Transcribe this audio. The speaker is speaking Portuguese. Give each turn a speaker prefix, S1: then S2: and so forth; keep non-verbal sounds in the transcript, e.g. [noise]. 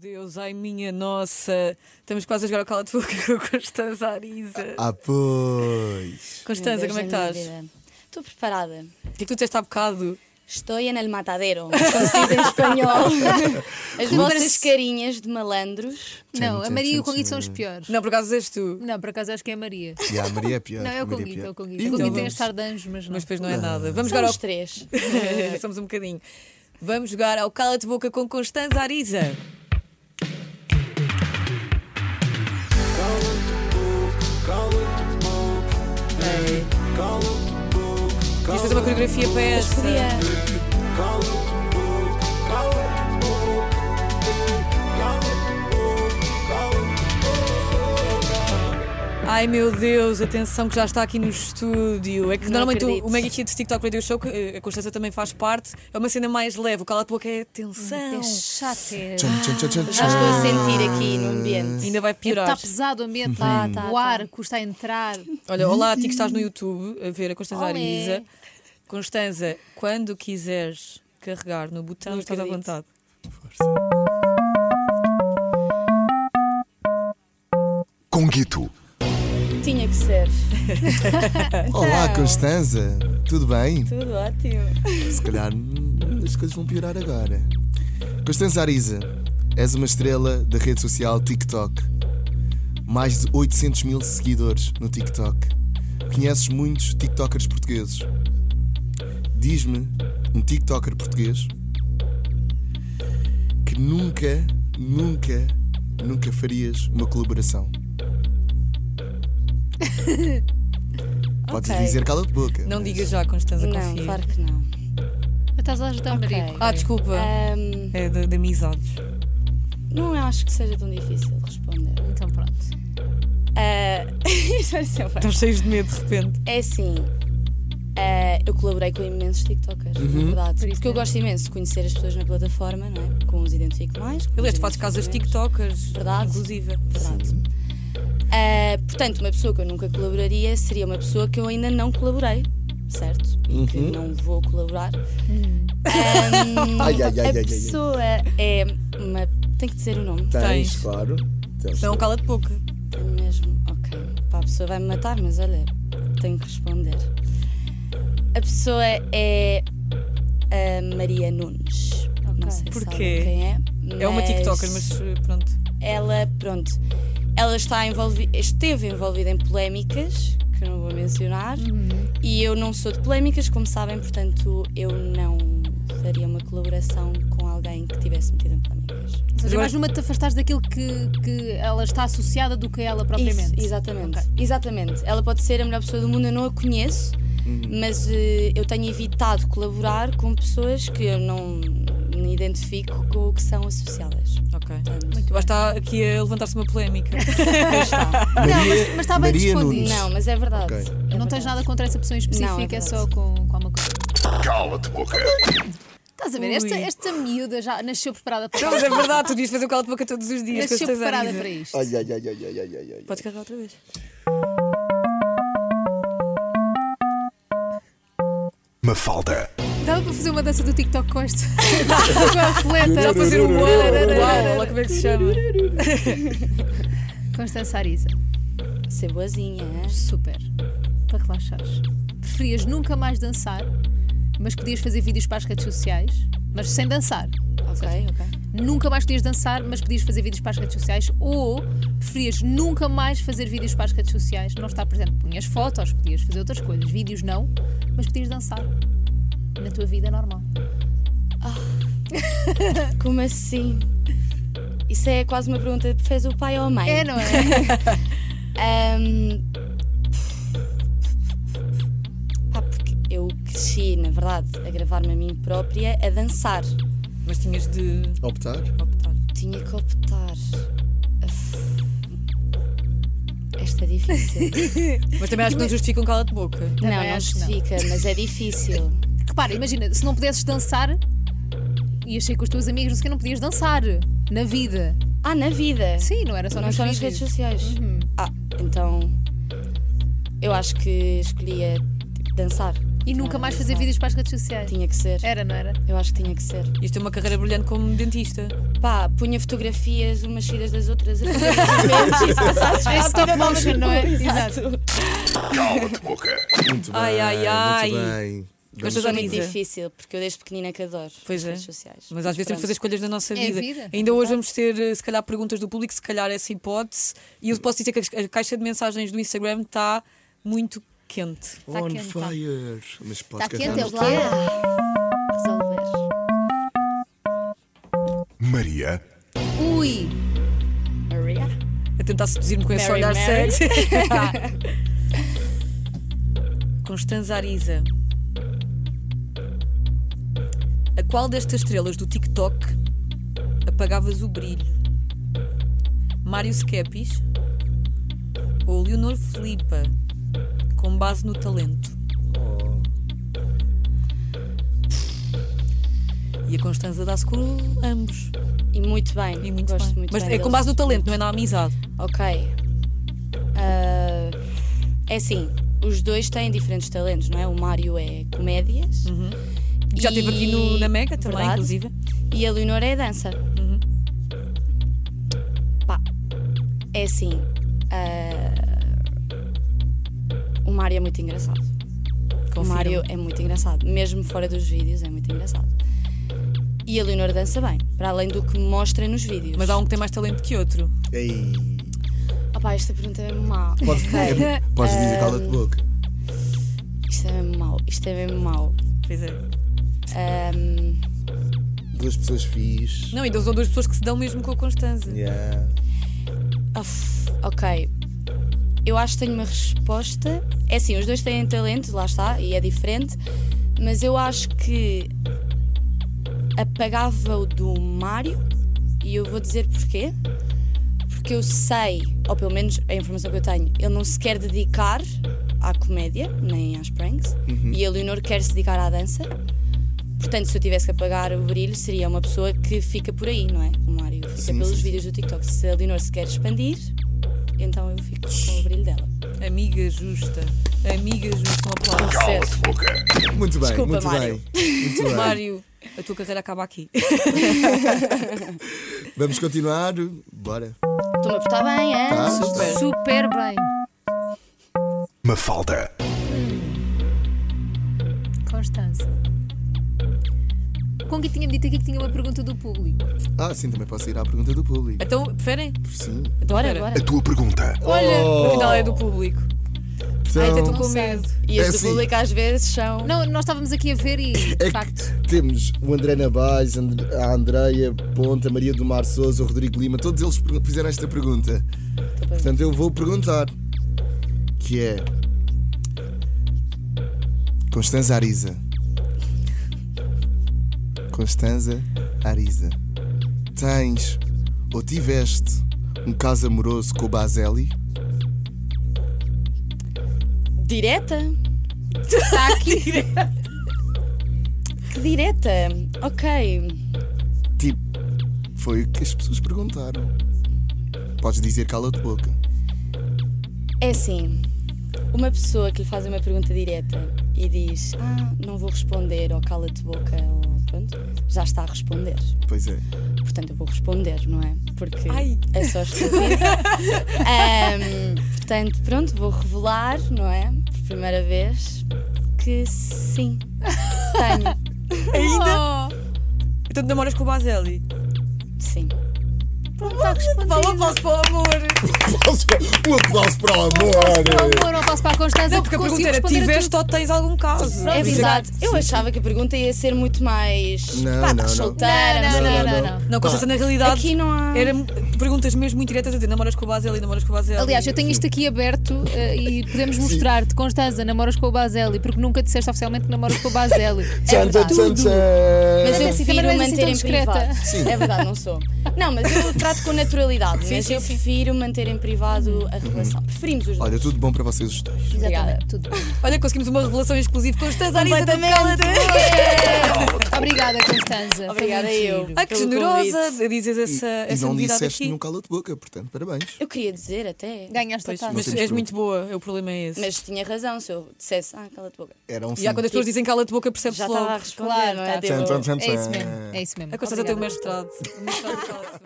S1: Deus, ai minha nossa. Estamos quase a jogar ao cala de boca [laughs] com a Constanza Arisa.
S2: Ah, pois.
S1: Constanza, como é que estás?
S3: Estou preparada.
S1: O que é que tu disseste há bocado?
S3: Estou en el [laughs] matadero, como se diz em [laughs] espanhol. As vossas carinhas de malandros.
S4: Não,
S2: Tchum,
S4: a
S2: tchum,
S4: Maria e
S2: tchum,
S4: o Conguito são os
S2: tchum.
S4: piores.
S1: Não, por acaso és tu,
S4: Não, por acaso acho que é a Maria.
S2: E a Maria é pior.
S4: Não, é
S2: a
S4: o
S2: Maria
S4: Conguito, é
S2: pior.
S4: o Conguito.
S2: Ih,
S4: O Conguito
S1: então
S4: tem
S1: vamos.
S4: estar de anjos, mas não.
S1: mas depois não é nada. Vamos
S3: São
S1: jogar
S3: os
S1: ao.
S3: três.
S1: [laughs] Somos um bocadinho. Vamos jogar ao cala de boca com Constanza Arisa. Queres fazer é uma coreografia para essa?
S3: Podia.
S1: Ai meu Deus, atenção que já está aqui no estúdio. É que
S3: Não
S1: normalmente o,
S3: acredito.
S1: o Mega Hits TikTok Radio Show, que eh, a Constança também faz parte, é uma cena mais leve. O cala de boca é tensão.
S4: É chato, é.
S2: Tchum, tchum, tchum, tchum,
S3: Já estou a sentir aqui no ambiente.
S1: Ainda vai piorar.
S4: Está pesado o ambiente,
S3: Tá, tá,
S4: o
S3: tá.
S4: ar custa a entrar.
S1: Olha, olá a ti que estás no YouTube a ver a Constanza
S3: Olé.
S1: Arisa. Constanza, quando quiseres carregar no botão,
S3: Não
S1: estás à
S3: acredito.
S1: vontade.
S2: Conguito.
S3: Ah. Tinha que ser.
S2: Olá, Constanza. Tudo bem?
S3: Tudo ótimo.
S2: Se calhar hum, as coisas vão piorar agora. Constanza Arisa, és uma estrela da rede social TikTok. Mais de 800 mil seguidores no TikTok. Conheces muitos TikTokers portugueses. Diz-me um TikToker português que nunca, nunca, nunca farias uma
S1: [laughs]
S2: colaboração. Podes
S3: Ok.
S2: dizer cala de boca.
S1: Não
S2: mas-
S1: digas já, Constanza,
S3: Não,
S1: confia.
S3: claro que não.
S4: Mas estás a ajudar a
S3: Ok.
S4: Maria.
S1: Ah, desculpa.
S3: Ahm,
S1: É de, de amizades.
S3: não acho que seja tão difícil responder.
S4: Então pronto.
S3: Ah, [laughs] isto vai ser bem.
S1: Estão cheios de medo de repente.
S3: É assim. eh, eu colaborei com imensos TikTokers, na verdade.
S4: Por isso
S3: Porque eu
S4: mesmo.
S3: gosto imenso de conhecer as pessoas na plataforma, não é? Com os identifico mais. com
S1: Aliás,
S3: os
S1: tu fazes casas
S3: identifico
S1: TikTokers.
S3: Verdade.
S1: Inclusive.
S3: menos. Verdade. Eh, portanto, uma pessoa que eu nunca colaboraria seria uma pessoa que eu ainda não colaborei, certo? E que não vou colaborar.
S1: Hum.
S2: [laughs]
S3: Ahm,
S2: Ai, ai, ai, ai, ai,
S3: a
S2: ai.
S3: pessoa é uma. Tem que dizer o nome.
S2: Tens,
S1: Tens.
S2: claro. Tens.
S1: Então, cala de boca.
S3: Tenho mesmo. Ok. Pá, a pessoa vai me matar, mas olha, tenho que responder. A pessoa é a Maria Nunes. Não sei se
S1: Porquê?
S3: sabem quem é.
S1: É uma TikToker, mas eh, pronto.
S3: Ela, pronto, ela está envolvida, esteve envolvida em polémicas, que eu não vou mencionar, e eu não sou de polémicas, como sabem, portanto, eu não faria uma colaboração com alguém que tivesse metido em polémicas.
S4: Ou seja,
S1: agora-
S4: mais numa te afastares daquilo que, que ela está associada do que ela propriamente.
S3: Isso, exatamente. Exatamente. Ela pode ser a melhor pessoa do mundo, eu não a conheço, mas eh, eu tenho evitado colaborar com pessoas que eu não me identifico com o que são associadas.
S1: Ok.
S3: Portanto,
S1: Muito bem. Tipo, Está aqui a levantar-se uma polémica.
S3: aí está.
S4: Não, mas, mas está bem
S2: Maria
S4: respondido.
S2: Nunes.
S3: não, mas é verdade.
S2: Ok.
S3: É
S4: Não, tens
S3: verdade.
S4: nada contra essa pessoa em específico,
S3: Não, é
S4: é,
S3: verdade.
S4: só com, com uma coisa.
S5: Cala-te boca.
S4: Estás a ver?
S1: Ui.
S4: Esta, esta miúda já nasceu preparada para
S1: Não, mas é verdade, tu devias fazer o cala de boca todos os dias.
S4: Nasceu
S1: Constanza
S4: preparada
S1: Arisa.
S4: para isto.
S2: Ai, ai, ai, ai, ai, ai, ai, ai.
S1: Podes carregar outra vez.
S5: Mafalda.
S4: Dava para fazer uma dança do TikTok com [laughs] esta. com a atleta.
S1: Já fazer um uau, uau, lá como é que se chama?
S4: Constança Arisa.
S3: Ser boazinha, é?
S4: Super. Para relaxares. Preferias nunca mais dançar, mas podias fazer vídeos para as redes sociais, mas sem dançar.
S3: Ok, ok.
S4: Nunca mais podias dançar, mas podias fazer vídeos para as redes sociais. Ou preferias nunca mais fazer vídeos para as redes sociais. Não está, por exemplo, punhas fotos, podias fazer outras coisas. Vídeos não, mas podias dançar. Na tua vida normal.
S3: Como assim? Isso é quase uma pergunta que fez o pai ou a mãe.
S4: É, não é?
S3: Ahm, Pá, porque eu cresci, na verdade, a gravar-me a mim própria a dançar.
S1: Mas tinhas de
S2: Optar?
S1: optar.
S3: Tinha que optar. Uf. Esta é difícil.
S1: Mas também acho que não justifica um cala de boca.
S3: não,
S4: [laughs] Também
S3: não
S4: acho que não.
S3: justifica, mas é difícil.
S4: Repara, imagina, se não pudesses dançar, ias sair com os teus amigos, não sei o quê, não podias dançar. Na vida.
S3: Ah, na vida.
S4: Sim, Uhum. não era só
S3: Não
S4: nos
S3: só nas redes
S4: vídeos.
S3: sociais. Ah, então eu acho que escolhia tipo, dançar,
S4: E nunca mais fazer
S3: vídeos
S4: vídeos para as redes sociais.
S3: Tinha que ser.
S4: Era, não era?
S3: Eu acho que tinha que ser.
S1: Isto é uma carreira brilhante como dentista.
S3: Pá, punha fotografias umas cheiras das outras a fazer movimentos e se passasse
S4: É
S3: rápido,
S4: stop
S3: eu dava
S4: motion,
S3: na
S4: não é?
S3: rua.
S4: Exato.
S5: Cala-te boca.
S2: Muito bem.
S1: Ai, ai, ai.
S2: Muito bem.
S1: Gostas
S3: Foi
S1: da
S3: muito
S1: Isa?
S3: difícil, porque eu desde pequenina que adoro
S1: é Pois
S3: as
S1: é.
S3: redes sociais.
S1: Mas às vezes temos
S3: Pronto.
S1: que fazer escolhas na nossa
S4: É a
S1: vida.
S4: vida,
S1: Ainda hoje vamos ter, eh, se calhar, perguntas do público, se calhar essa hipótese. E eu posso dizer que a- a caixa de mensagens do Instagram está muito quente.
S4: Tá
S2: On
S4: quente, tá.
S2: fire. Mas pode
S4: Está quente, é o
S2: carregar.
S4: que é. Resolver.
S5: Maria
S4: Ui,
S3: Maria?
S1: A tentar seduzir-me com esse
S3: Mary,
S1: olhar
S3: Mary.
S1: sexy.
S3: [laughs]
S1: Constanza Ariza. A qual destas estrelas do TikTok apagavas o brilho? Mário Skepis ou Leonor Filipa, com base no talento?
S3: Oh.
S1: E a Constanza dá-se com ambos.
S3: E muito bem.
S1: E muito
S3: Gosto
S1: bem.
S3: muito
S1: Mas
S3: bem
S1: é com
S3: deles.
S1: base no talento, não é na amizade.
S3: Ok. Ah, é assim, os dois têm diferentes talentos, não é? O Mário é comédias.
S1: Uhum. Já esteve aqui no- na Mega também,
S3: Verdade.
S1: inclusive.
S3: E a Leonora é dança. Pá, é assim. ah, o Mário é muito engraçado. O
S1: Confirmo.
S3: Mário é muito engraçado. Mesmo fora dos vídeos, é muito engraçado. E a Leonora dança bem, para além do que mostra nos vídeos.
S1: Mas há um que tem mais talento que outro.
S4: é.
S2: Ei.
S3: Opá, esta pergunta é má.
S2: Podes
S1: [laughs] É.
S2: dizer, podes dizer cala-te boca.
S3: [laughs] Isto é mesmo mau, isto é mesmo mau.
S1: Pois é.
S3: Ahm,
S2: Duas pessoas fixe.
S1: Não, ainda são duas pessoas que se dão mesmo com a Constanza.
S2: Yeah.
S3: uf, ok. Eu acho que tenho uma resposta. É assim, os dois têm talento, lá está, e é diferente. Mas eu acho que apagava o do Mário e eu vou dizer porquê. Porque eu sei, ou pelo menos a informação que eu tenho, ele não se quer dedicar à comédia, nem às pranks,
S2: Uhum.
S3: e a Leonor quer se dedicar à dança. Portanto, se eu tivesse que apagar o brilho, seria uma pessoa que fica por aí, não é? O Mário fica
S2: Sim,
S3: pelos
S2: sim, sim.
S3: vídeos do TikTok. Se a Leonor se quer expandir, então eu fico com o brilho dela.
S1: Amiga justa. Amiga justa, um aplauso.
S5: Cala-te boca.
S2: Muito bem,
S3: Desculpa,
S2: muito
S3: Mário.
S2: bem. Muito
S1: [laughs]
S2: bem.
S1: Mário, a tua carreira acaba aqui. [laughs]
S2: Vamos continuar. Bora.
S3: Estou-me a portar bem, hein?
S2: Tá.
S1: Super.
S4: super bem.
S5: Mafalda.
S4: Constança. O Conga tinha-me dito aqui que tinha uma pergunta do público.
S2: Ah, sim, também posso ir à pergunta do público.
S1: Então, preferem?
S2: Sim.
S1: Então,
S3: Bora,
S1: espera.
S3: bora.
S5: A tua pergunta.
S1: Olha,
S2: Oh.
S1: afinal é do público. Ai, até estou
S2: Então,
S1: com
S4: sei.
S1: medo.
S3: E as
S2: É
S3: do
S2: assim.
S3: público às vezes são.
S4: Não, nós estávamos aqui a ver e, de
S2: é
S4: facto,
S2: que temos o André Nabais, And- a Andreia Ponta, a Maria do Mar Souza, o Rodrigo Lima, todos eles pergu- fizeram esta pergunta. Portanto, eu vou perguntar: que é. Constanza Ariza. Constanza Ariza. Tens ou tiveste um caso amoroso com o Baselli?
S3: Direta?
S4: está aqui.
S3: Tá Que direta? Ok.
S2: Tipo, foi o que as pessoas perguntaram. Podes dizer cala-te boca.
S3: É assim. Uma pessoa que lhe faz uma pergunta direta e diz Ah, não vou responder, ou cala-te boca, ou pronto, já está a responder.
S2: Pois é.
S3: Portanto, eu vou responder, não é? Porque
S1: Ai.
S3: é só estúpido. Ahm, portanto, pronto, vou revelar, não é? Por primeira vez, que sim, tenho.
S4: Ainda?
S1: Então, te namoras com o Baselli.
S3: Sim. Pronto,
S1: Vá, um aplauso para o amor.
S2: Um aplauso para o amor!
S4: é amor, não posso para a Constança.
S1: Não, porque a pergunta
S4: conseguiu
S1: era:
S4: responder a
S1: tiveste
S4: tudo.
S1: ou tens algum caso?
S3: É
S1: Por isso que-
S3: verdade. Eu achava que a pergunta ia ser muito mais.
S2: Não,
S3: pá, tá
S2: não, não.
S3: solteira,
S4: Não,
S3: sei.
S4: não, não.
S1: Não, Constança, na realidade.
S3: Aqui não há.
S1: Era perguntas mesmo muito diretas a dizer: namoras com o Baselli, namoras com o Baselli.
S4: Aliás, eu tenho isto aqui aberto eh, e podemos mostrar-te, Constanza, namoras com o Baselli, porque nunca disseste oficialmente que namoras com o Baselli.
S3: É verdade.
S2: tchan.
S3: Mas eu
S4: Mas assim, também
S3: prefiro
S4: não és assim tão
S3: manter em
S4: discreta.
S3: privado. É verdade, não sou. Não, mas eu trato com naturalidade,
S1: Sim,
S3: mas
S1: sim,
S3: eu
S1: sim.
S3: prefiro manter em privado a relação. Preferimos os dois.
S2: Uhum. Olha, tudo bom para vocês os dois.
S4: Exatamente, tudo bem.
S1: Olha, conseguimos uma revelação exclusiva com os
S4: é
S1: Tazarisa da
S3: [laughs]
S4: Obrigada, Constanza. Foi
S3: Obrigada
S4: muito
S3: eu.
S4: giro.
S1: Ai, que
S3: Pelo
S1: generosa
S3: convite.
S1: dizes essa,
S2: E- e
S1: essa
S2: não
S1: novidade
S2: disseste
S1: aqui.
S2: nenhum cala de boca, portanto, parabéns.
S3: Eu queria dizer até,
S4: Ganhaste a
S1: Pois,
S4: taça.
S1: mas
S2: temos
S1: és
S2: grupo.
S1: muito boa, é o problema é esse.
S3: Tá. mas tinha razão se eu dissesse, ah, cala-te boca.
S2: Era um
S1: Já quando as pessoas dizem cala-te boca, percebes
S3: Já
S1: logo.
S3: estava a
S1: A
S3: responder,
S4: Claro,
S3: não é?
S4: tá.
S3: Tipo,
S2: Tchan, tchan, tchan,
S4: É isso
S2: tchan.
S4: mesmo. É isso mesmo.
S1: Constanza tem o
S4: Obrigada.
S1: mestrado. O mestrado de cala-te boca.